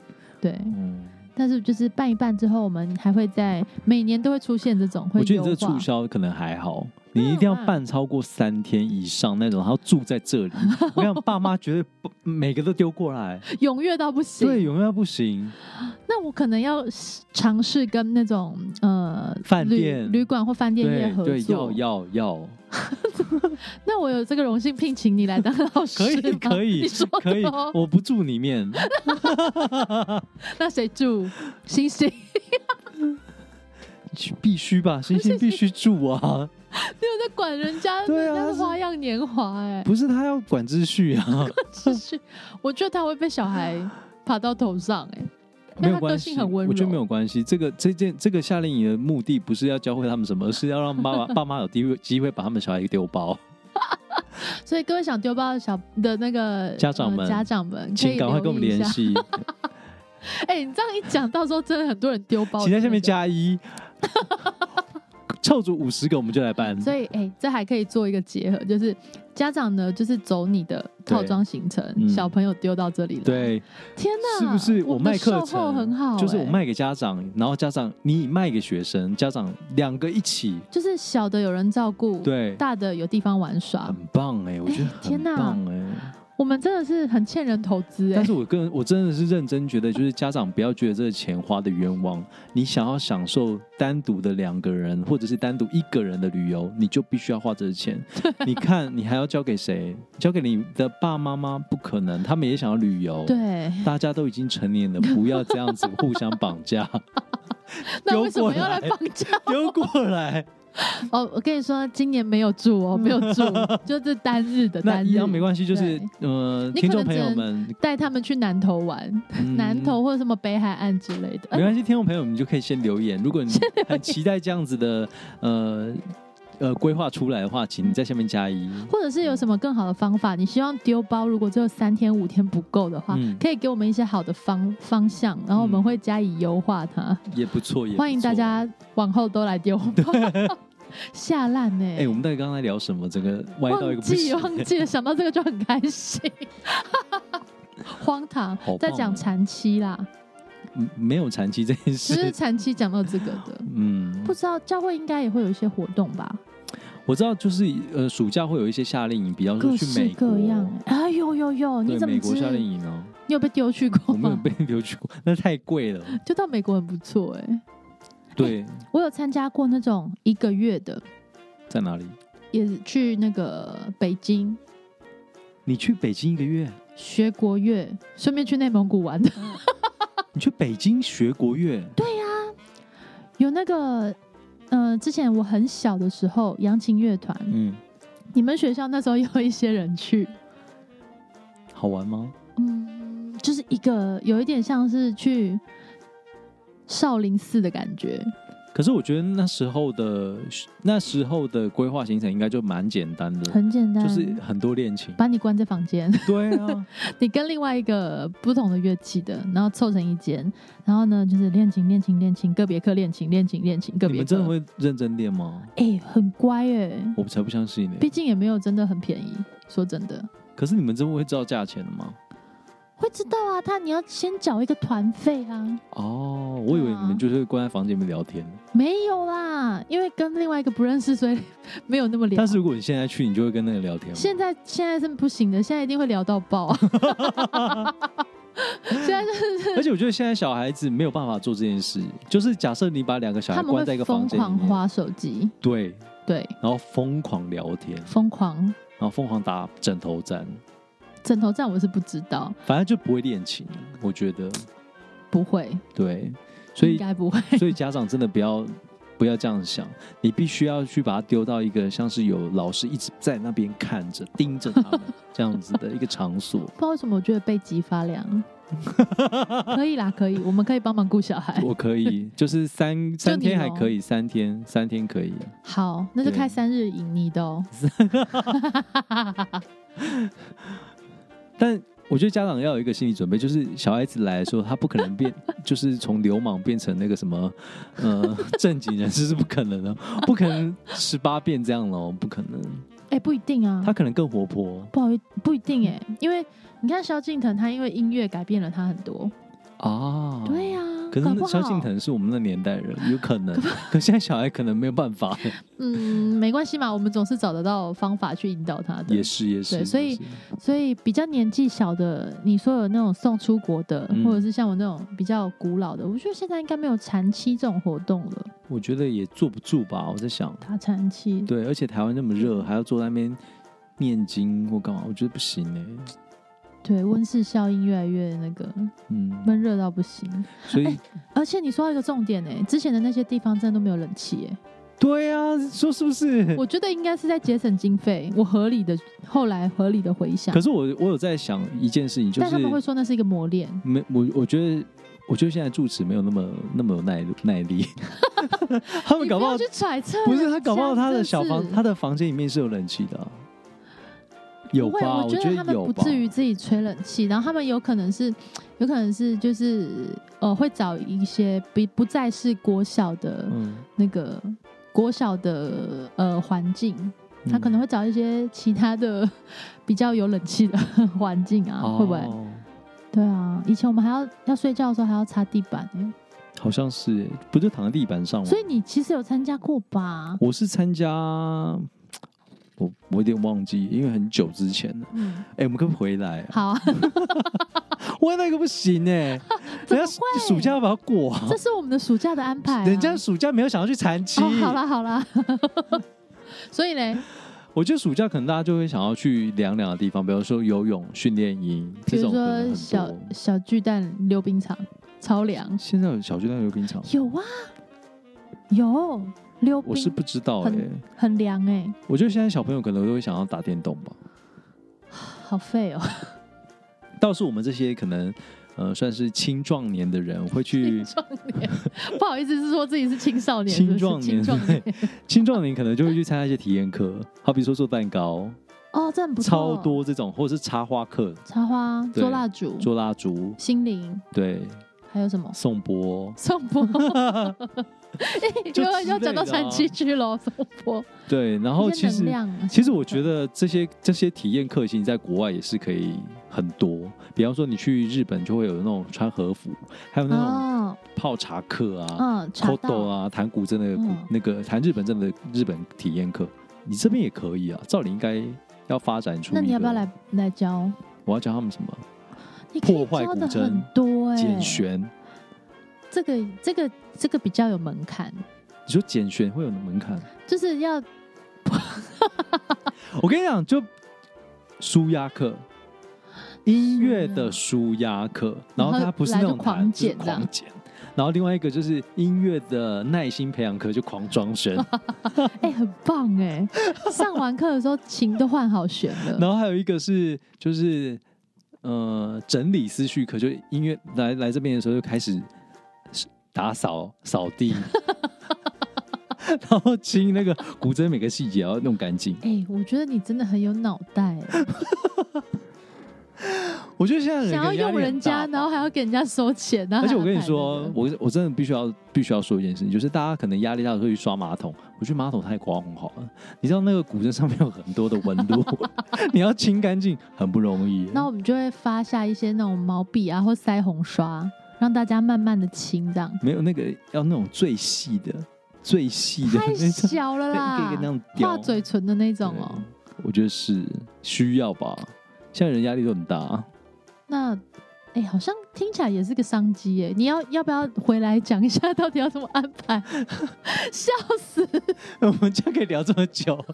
S2: 对。
S1: 嗯，
S2: 但是就是办一办之后，我们还会在每年都会出现这种会
S1: 我觉得
S2: 优
S1: 你这
S2: 化啊
S1: 个。促销可能还好，你一定要办超过三天以上那种，然后住在这 里。我想爸妈绝对不每个都丢过来，
S2: 踊跃到不行。
S1: 对，永远不行。
S2: 那我可能要尝试跟那种呃
S1: 饭
S2: 旅
S1: 店
S2: 旅馆或饭店业
S1: 对
S2: 合
S1: 对，要
S2: 作。
S1: 要要，
S2: 那我有这个荣幸聘请你来当 老师
S1: 可以
S2: 吗
S1: 可以
S2: 你说的
S1: 可以
S2: 哦，
S1: 我不住里面，
S2: 那谁住？星星， 你
S1: 必须 吧，星星必须住啊，
S2: 有在管人家？
S1: 对啊
S2: 人家
S1: 是
S2: 是花样年华哎、
S1: 不是他要管秩序 啊，
S2: 就是我觉得他会被小孩爬到头上哎、因
S1: 没
S2: 为
S1: 有
S2: 他
S1: 关
S2: 个
S1: 系，
S2: 性很温柔
S1: 我觉得没有关系。这个这件这个夏令营的目 的不是要教会他们什么，而是要让爸爸爸妈有机会机会把他们小孩给丢包。
S2: 所以各位想丢包的小的那个
S1: 家长们
S2: 呃家长们，可
S1: 请
S2: 以
S1: 赶快
S2: 留
S1: 跟我们
S2: 意一
S1: 联
S2: 下。
S1: 系，
S2: 哎、你这样一讲，到时候真的很多人丢包。
S1: 请在下面
S2: 加。
S1: 加一， 凑足五十个我们就来办。
S2: 所以，哎、这还可以做一个结合，就是家长呢，就是走你的套装行程，
S1: 嗯
S2: 小朋友丢到这里来。，
S1: 对，
S2: 天哪，
S1: 是不是我
S2: 我们
S1: 卖
S2: 的
S1: 课
S2: 售后
S1: 程
S2: 很好、
S1: 就是我
S2: 哎
S1: 卖给家长，然后家长你卖给学生，家长两个一起，
S2: 就是小的有人照顾，，
S1: 对，
S2: 大的有地方玩耍
S1: 很。棒哎、我觉得
S2: 哎天
S1: 很
S2: 哪
S1: 棒哎、
S2: 我们真的是很欠人投资、
S1: 但
S2: 哎，
S1: 是我个人我真的是认真觉得，就是家长不要觉得这个钱花的冤枉。你想要享受单独的两个人，或者是单独一个人的旅游，你就必须要花这个 钱。你看，你还要交给谁？交给你的爸妈吗？不可能，他们也想要旅游。
S2: 对，
S1: 大家都已经成年了，不要这样子互相绑架，
S2: 那
S1: 丢
S2: 为什么
S1: 过
S2: 要来
S1: 来
S2: 放假？
S1: 丢过来。
S2: 哦，我跟你说，今年没有住哦，没有 住，就是单日的
S1: 那
S2: 单
S1: 一
S2: 日
S1: 样没关系，就是
S2: 对
S1: 呃，
S2: 你
S1: 听
S2: 可
S1: 众
S2: 能
S1: 朋
S2: 只
S1: 友
S2: 能
S1: 们，
S2: 带他们去南投玩，
S1: 嗯
S2: 南投或者什么北海岸之类的。
S1: 没关系，听众朋友们就可以先留言。如果你很期待这样子的呃呃规划出来的话，请你在下面加一。
S2: 或者是有什么更好的方法？你希望丢包，如果只有三天五天不够的话，
S1: 嗯
S2: 可以给我们一些好的方方向，然后我们
S1: 嗯
S2: 会加以优化它。
S1: 也不错，也不错
S2: 欢迎大。家往后都来丢 包，下烂呢、
S1: 哎、我们到底刚才聊什么？整个歪到一个
S2: 忘
S1: 不
S2: 记
S1: 行。
S2: 忘记了，想到这个就很开心， 荒唐
S1: 好棒哦。
S2: 在讲产期啦，
S1: 嗯 没有长期这件
S2: 其实
S1: 事。
S2: 产期讲到这个的，
S1: 嗯
S2: 不，知道教会应该也会有一些活动吧，
S1: 我知道，就是呃，暑假会有一些夏令营，比方说
S2: 各
S1: 去
S2: 式
S1: 美国，
S2: 各样、哎哎呦呦呦，
S1: 对
S2: 你怎么
S1: 美国
S2: 知？哦
S1: 夏令营哦，
S2: 你有被丢去过
S1: 我没有
S2: 吗？
S1: 被留去过，那太贵 了。
S2: 就到美国很不错哎、
S1: 对，
S2: 我有参加过那种一个月的，
S1: 在哪里？
S2: 也是去那个北京
S1: 你去北京一个月，
S2: 学国乐，顺便去内蒙古玩的。
S1: 你去北京学国乐，
S2: 有那个，呃，之前我很小的时候，扬琴乐团，
S1: 嗯，
S2: 你们学校那时候有一些人去，
S1: 好玩吗？
S2: 嗯，就是一个有一点像是去少林寺的感觉，
S1: 可是我觉得那时候的那时候的规划行程应该就蛮简单的，
S2: 很简单，
S1: 就是很多恋情。
S2: 把你关在房间，
S1: 对 啊，
S2: 你跟另外一个不同的乐器的，然后凑成一间，然后呢就是练琴、练琴、练琴，个别课练琴、练琴、练琴，个
S1: 你
S2: 别
S1: 们
S2: 课
S1: 真的会认真练吗？
S2: 哎、很乖哎、
S1: 我才不相信呢、欸
S2: 毕竟也没有真的很便宜。说真的，
S1: 可是你们真的会知道价钱的吗？
S2: 会知道啊，他你要先缴一个团费啊，
S1: 哦，我以为
S2: 对啊
S1: 你们就是会关在房间里面聊天。
S2: 没有啦，因为跟另外一个不认识，所以没有那么聊。
S1: 但是如果你现在去，你就会跟那个聊天吗。
S2: 啊现在现在是不行的，现在一定会聊到 爆、啊。现在就是
S1: 而且我觉得现在小孩子没有办法做这件事，就是假设你把两个小
S2: 他
S1: 孩
S2: 们
S1: 关在一
S2: 会
S1: 个房
S2: 疯
S1: 间里
S2: 狂
S1: 面，
S2: 花手机，
S1: 对，
S2: 对，
S1: 然后疯狂聊天，然
S2: 疯狂
S1: 后疯狂打枕头战，
S2: 枕头战我是不知道，
S1: 反正就不会恋情，我觉得
S2: 不会，
S1: 对，所
S2: 应
S1: 以
S2: 该不会。
S1: 所以家长真的不要不要这样想，你必须要去把它丢到一个像是有老师一直在那边看着盯着他们这样子的一个场所。
S2: 不知道为什么，我觉得背脊发 凉。可以啦，可以，我们可以帮忙顾小孩。
S1: 我可以，就是三三天还可以，三天三天可以，
S2: 好，那就
S1: 对
S2: 开三日营你的哦。
S1: 但我觉得家长要有一个心理准备，就是小孩子来的时候，他不可能变，就是从流氓变成那个什么，呃，正经人士是不可能的，不可能十八变这样喽，不可能，
S2: 哎、不一定啊
S1: 他，可能更活泼
S2: 不好意不一定哎、因为你看萧敬腾，他因为音乐改变了他很多。
S1: 啊。
S2: 对呀、
S1: 可
S2: 搞
S1: 是
S2: 不好
S1: 萧敬，腾是我们那年代人，有可能，可现在小孩可能没有办 法，
S2: 嗯，没关系嘛，我们总是找得到方法去引导他的。
S1: 也是也是，
S2: 对所以
S1: 也是
S2: 所以比较年纪小的，你说有那种送出国的，
S1: 嗯
S2: 或者是像我那种比较古老的，我觉得现在应该没有禅期这种活动了。
S1: 我觉得也坐不住吧，我在想，
S2: 打禅期，
S1: 对，而且台湾那么热，还要坐在那边念经或干嘛，我觉得不行哎、
S2: 对温室效应越来越那个
S1: 嗯，
S2: 闷热到不行。
S1: 所以、
S2: 哎而且你说到一个重点哎、之前的那些地方真的都没有冷气哎、
S1: 对啊，说是不是？
S2: 我觉得应该是在节省经费。我合理的后来合理的回想
S1: 可，是我我有在想一件事情，就
S2: 但
S1: 是
S2: 他们会说那是一个磨练。
S1: 没我我觉得。我觉得现在住持没有那么那么有耐耐 力，他们
S2: 你
S1: 搞
S2: 不
S1: 好
S2: 要去揣测人家，
S1: 不是他搞不好他的小
S2: 真
S1: 房
S2: 是
S1: 他的房间里面是有冷气的啊、有
S2: 不会，
S1: 吧？
S2: 我
S1: 我
S2: 觉得他们
S1: 有
S2: 不
S1: 吧。
S2: 至于自己吹冷气，然后他们有可能是，有可能是就是呃，会找一些不不再是国小的
S1: 嗯，
S2: 那个国小的呃环境，他可能
S1: 会
S2: 会找一些其他的 比较有冷气的环境啊，
S1: 哦
S2: 会不会？对啊，以前我们还要要睡觉的时候还要擦地板欸、
S1: 好像是耶，不就躺在地板上吗
S2: 所？以你其实有参加过吧？
S1: 我是参加，我我有点忘记，因为很久之前了。
S2: 嗯，
S1: 哎、我们可不可以回来啊？
S2: 好啊，
S1: 我那个不行 哎、
S2: 怎
S1: 人家
S2: 么
S1: 暑
S2: 会？
S1: 暑假要不要过啊？
S2: 这是我们的暑假的安排、啊，
S1: 人家暑假没有想要去残疾、
S2: 哦，好啦好啦， 所以嘞，
S1: 我觉得暑假可能大家就会想要去凉凉的地方，比如说游泳训练营，
S2: 比
S1: 这
S2: 如
S1: 种可能很
S2: 说
S1: 多
S2: 小小巨蛋溜冰场超凉，
S1: 现在有小巨蛋溜冰场，
S2: 有啊，有溜
S1: 我是
S2: 冰
S1: 不知道哎、
S2: 很很凉哎、
S1: 我觉得现在小朋友可能都会想要打电动吧，
S2: 好废哦、
S1: 倒是我们这些可能呃算是青壮年的人会去
S2: 青壮年， 不好意思，是说自己是青少年，
S1: 青
S2: 是不是
S1: 壮年
S2: 青壮年，
S1: 青壮年可能就会去参加一些体验课，好比说做蛋糕，
S2: 哦，这很不错，
S1: 超多这种，或者是插花课、
S2: 插花、
S1: 对
S2: 做蜡烛、
S1: 做蜡烛，
S2: 心灵，
S1: 对，
S2: 还有什么？
S1: 送钵，
S2: 宋 波，
S1: 就
S2: 要
S1: 之
S2: 要
S1: 类
S2: 讲到
S1: 的
S2: 产
S1: 啊
S2: 期去了，宋波。
S1: 对，然后
S2: 一些
S1: 其实
S2: 能量啊
S1: 其实我觉得这些这些体验课，其实在国外也是可以很多。比方说，你去日本就会有那种穿和服，还有那种
S2: 哦，
S1: 泡茶课啊、
S2: 嗯，
S1: c
S2: 茶
S1: o d
S2: 道
S1: o 啊、弹古筝的、
S2: 嗯
S1: 那个弹日本筝的日本体验课，你这边也可以啊。照理应该要发展出。
S2: 那你要不要来？来教？
S1: 我要教他们什么？
S2: 你可以
S1: 破坏
S2: 教
S1: 古
S2: 的
S1: 筝
S2: 很多哎、
S1: 剪旋。
S2: 这个这个这个比较有门槛，
S1: 你说剪旋会有门槛？
S2: 就是要欸
S1: 我跟你讲，就舒压课。音乐的舒压课，然后
S2: 嗯然后
S1: 它不是
S2: 来
S1: 那
S2: 就
S1: 种
S2: 狂
S1: 弹就是
S2: 剪这样
S1: 狂剪，然后另外一个就是音乐的耐心培养课，就狂装神，嗯
S2: 哎、很棒哎、 上完课的时候琴都换好弦了，
S1: 然后还有一个是就是呃整理思绪课，就音乐来来这边的时候就开始打扫扫 地，然后清那个古筝每个细节要弄干净。
S2: 哎、我觉得你真的很有脑袋、哎
S1: 我觉得现在人
S2: 想要
S1: 可能压力
S2: 用人
S1: 很大
S2: 家，然后还要给人家收钱然后
S1: 而且我
S2: 还
S1: 跟
S2: 要
S1: 你
S2: 摆 那
S1: 说
S2: 个，
S1: 我我真的必须要必须要说一件事情，就是大家可能压力大的时候去刷马桶，我觉得马桶太刮红好了。你知道那个古筝上面有很多的纹 路，你要清干净很不容易。
S2: 那我们就会发下一些那种毛笔啊或腮红刷，让大家慢慢的 清这样。
S1: 没有那个要那种最细的、最细的
S2: 太
S1: 那种，
S2: 小
S1: 对
S2: 了
S1: 可以
S2: 啦
S1: 那样，雕
S2: 画嘴唇的那种
S1: 对
S2: 哦、
S1: 我觉得是需要吧。现在人压力都很大，
S2: 那，哎、好像听起来也是个商机耶。你要要不要回来讲一下，到底要怎么安排？ 笑死，
S1: 我们就可以聊这么久，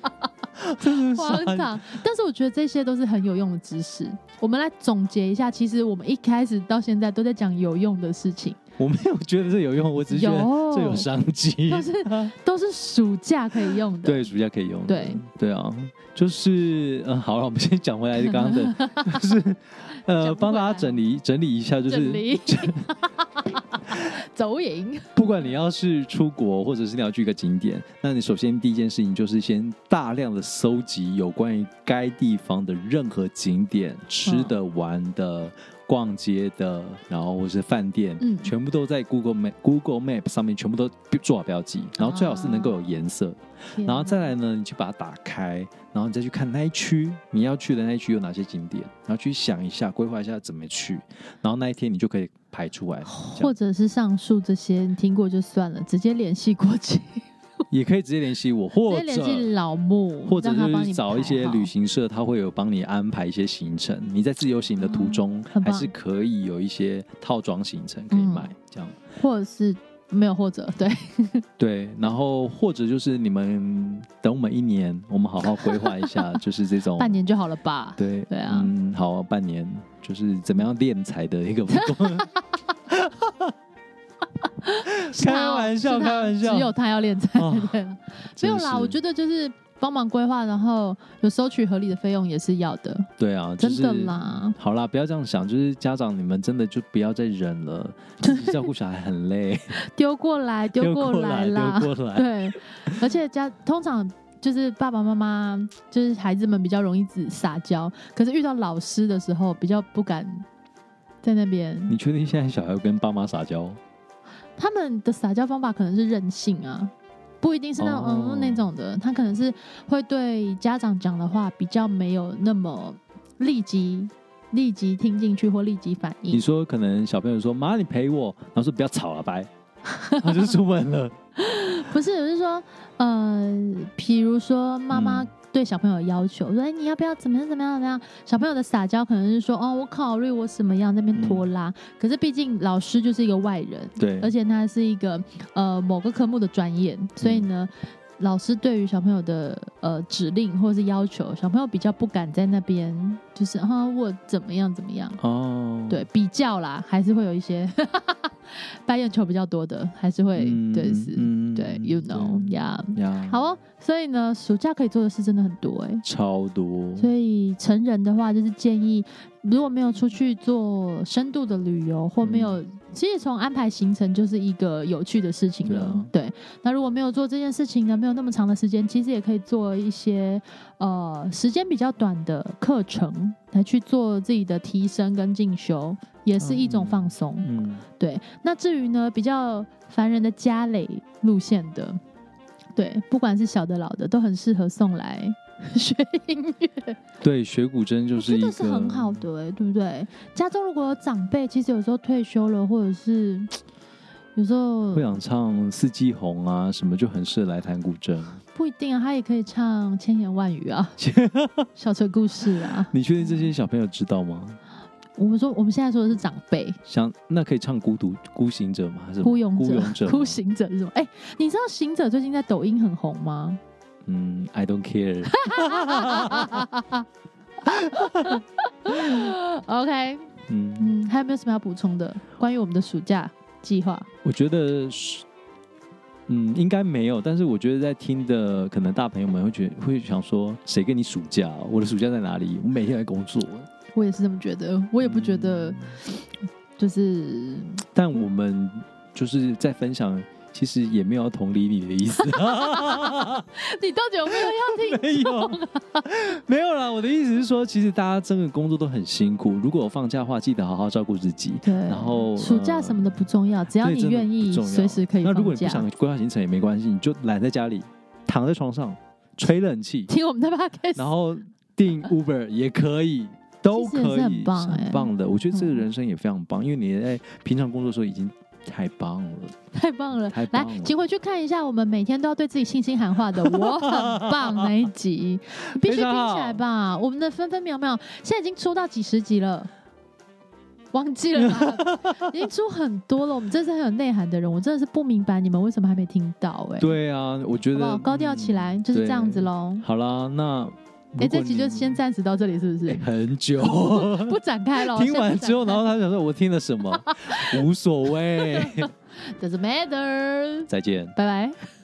S1: 真的是
S2: 荒唐。但是我觉得这些都是很有用的知识。我们来总结一下，其实我们一开始到现在都在讲有用的事情，
S1: 我没有觉得这有用，我只是觉得
S2: 有
S1: 这有商机。
S2: 都是都是暑假可以用的。
S1: 对，暑假可以用的。
S2: 对
S1: 对啊，就是嗯，好了，我们先讲回来刚刚的， 就是呃，
S2: 讲不
S1: 帮大
S2: 回来
S1: 家整理整理一下，就
S2: 整
S1: 是
S2: 理，走影，
S1: 不管你要是出国，或者是你要去一个景点，那你首先第一件事情就是先大量的搜集有关于该地方的任何景点、吃的、玩的、逛街的，然后或是饭店，
S2: 嗯
S1: 全部都在 Google Map Google Map 上面全部都做好标记，然后最好是能够有颜色。
S2: 天
S1: 然后再
S2: 哪
S1: 来呢，你去把它打开，然后你再去看那一区你要去的那一区有哪些景点，然后去想一下，规划一下怎么去，然后那一天你就可以排出来，这
S2: 或
S1: 样
S2: 者是上述这些，你听过就算了，直接联系过去，
S1: 也可以直接联系我，或
S2: 直接联系
S1: 者
S2: 老木，
S1: 或者
S2: 让他
S1: 就
S2: 帮你
S1: 是找
S2: 排
S1: 一些
S2: 好
S1: 旅行社，他会有帮你安排一些行程，你在自由行的途中
S2: 嗯很
S1: 还
S2: 棒嗯
S1: 是可以有一些套装行程可以买，这样
S2: 或者是没有或者对，
S1: 哦对，然后或者就是你们等我们一年，我们好好规划一 下，就是这种
S2: 半年就好了吧？
S1: 对
S2: 对啊
S1: 嗯，好、啊，半年就是怎么样敛财的一个活 动。
S2: 是他
S1: 开玩笑，
S2: 是他
S1: 开玩笑，
S2: 只有他要练才
S1: 哦
S2: 对啊，没有啦，我觉
S1: 得
S2: 得就是帮忙规划，然后有收取合理的费用也是要的，
S1: 对啊，就
S2: 真
S1: 是
S2: 的。啦。
S1: 好啦，不要这样想，就是家长你们真的就不要再忍了，自己照顾小孩很 累，
S2: 丢过来，丢
S1: 过
S2: 过来啦，
S1: 丢过来。
S2: 对，而且家通常就是爸爸妈妈，就是孩子们比较容易只撒娇，可是遇到老师的时候，比较不敢在那边。
S1: 你确定现在小孩跟爸妈撒娇？
S2: 嗯他们的撒娇方法可能是任性啊，不一定是那种、
S1: 哦
S2: 嗯那种的，他可能是会对家长讲的话比较没有那么立即立即听进去或立即反
S1: 你
S2: 应。
S1: 说可能小朋友说妈，你陪我，然后说不要吵了， 拜，他就出门了。
S2: 不是，我是说，呃，比如说妈妈
S1: 嗯
S2: 对小朋友的要求，说，哎，你要不要怎么样怎么样怎么样？小朋友的撒娇可能是说，哦，我考虑我怎么样，那边拖拉。可是毕竟老师就是一个外人，
S1: 嗯对，
S2: 而且他是一个呃某个科目的专业，所以呢，老师对于小朋友的呃指令或是要求，小朋友比较不敢在那边就是啊我怎么样怎么样，
S1: 哦，
S2: 对比较啦，还是会有一些 白眼球比较多的，还是会、
S1: 嗯，
S2: 对是，
S1: 嗯
S2: 对，you know 呀、
S1: 对呀，
S2: 好哦，所以呢，暑假可以做的事真的很多哎、
S1: 超多，
S2: 所以成人的话，就是建议，如果没有出去做深度的旅游，或
S1: 嗯
S2: 没有，其实从安排行程就是一个有趣的事情
S1: 啊
S2: 了。对，那如果没有做这件事情呢，没有那么长的时间，其实也可以做一些呃时间比较短的课程来去做自己的提升跟进修，也是一种
S1: 嗯
S2: 放松。
S1: 嗯，
S2: 对，那至于呢，比较烦人的家累路线的，对，不管是小的老的，都很适合送来 学音乐，
S1: 对，学古筝就是
S2: 真
S1: 一
S2: 的
S1: 个
S2: 是很好的、欸，对不对？家中如果有长辈，其实有时候退休了，或者是有时候
S1: 会想唱《四季红》啊，什么就很适合来弹古筝。
S2: 不一定啊，他也可以唱千言万语 啊，小城故事啊。
S1: 你确定这些小朋友知道吗？
S2: 我们说我们现在说的是长辈，
S1: 想那可以唱《孤独孤行者》吗？还是
S2: 孤勇
S1: 孤
S2: 者
S1: 勇、者？
S2: 孤行者是什么？哎、你知道行者最近在抖音很红吗？
S1: 嗯，I don't care。
S2: OK，
S1: 嗯，
S2: 嗯，还有没有什么要补充的？关于我们的暑假计划，
S1: 我觉得是，嗯，应该没有。但是我觉得在听的可能大朋友们会觉得会想说，谁跟你暑假？我的暑假在哪里？我每天在工作。
S2: 我也是这么觉得。我也不觉得
S1: 嗯，
S2: 就是
S1: 但我们就是在分享，其实也没有要同理你的意 思。
S2: 你到底有没有要听？
S1: 没有，没有啦。我的意思是说，其实大家真的工作都很辛苦。如果有放假的话，记得好好照顾自己。
S2: 对，
S1: 然后呃
S2: 暑假什么的不重要，只
S1: 对
S2: 要你
S1: 真的
S2: 愿意
S1: 不，重要
S2: 随时可以
S1: 那如果
S2: 放
S1: 你不
S2: 假
S1: 想。规划行程也没关系，你就懒在家里，躺在床上吹冷气，
S2: 听我们的 podcast，
S1: 然后 订 Uber 也可以。都
S2: 其实也
S1: 可以，
S2: 是很棒
S1: 是
S2: 哎
S1: 的。我觉得这个
S2: 嗯
S1: 人生也非常棒，因为你在平常工作的时候已经太棒了。
S2: 太棒了！
S1: 太棒
S2: 来
S1: 了，
S2: 请回去看一下，我们每天都要对自己信心喊话的“我很棒”那一 集，你必须
S1: 非
S2: 听
S1: 常好
S2: 起来吧。我们的分分秒秒现在已经出到几十集了，忘记了吧？ 已经出很多了。我们真是很有内涵的人，我真的是不明白你们为什么还没听到哎、
S1: 对啊，我觉
S2: 好不好？
S1: 得
S2: 高调起来、就是这样子。
S1: 嗯
S2: 喽
S1: 对。好啦，那
S2: 哎、
S1: 如果
S2: 这集就
S1: 你
S2: 先暂时到这里，是不是？
S1: 很久。
S2: 不展开了。
S1: 听完之后，然
S2: 先不展
S1: 后他想说：“我听了 什么？无所谓。
S2: 开 doesn't matter，
S1: 再见。
S2: 拜拜。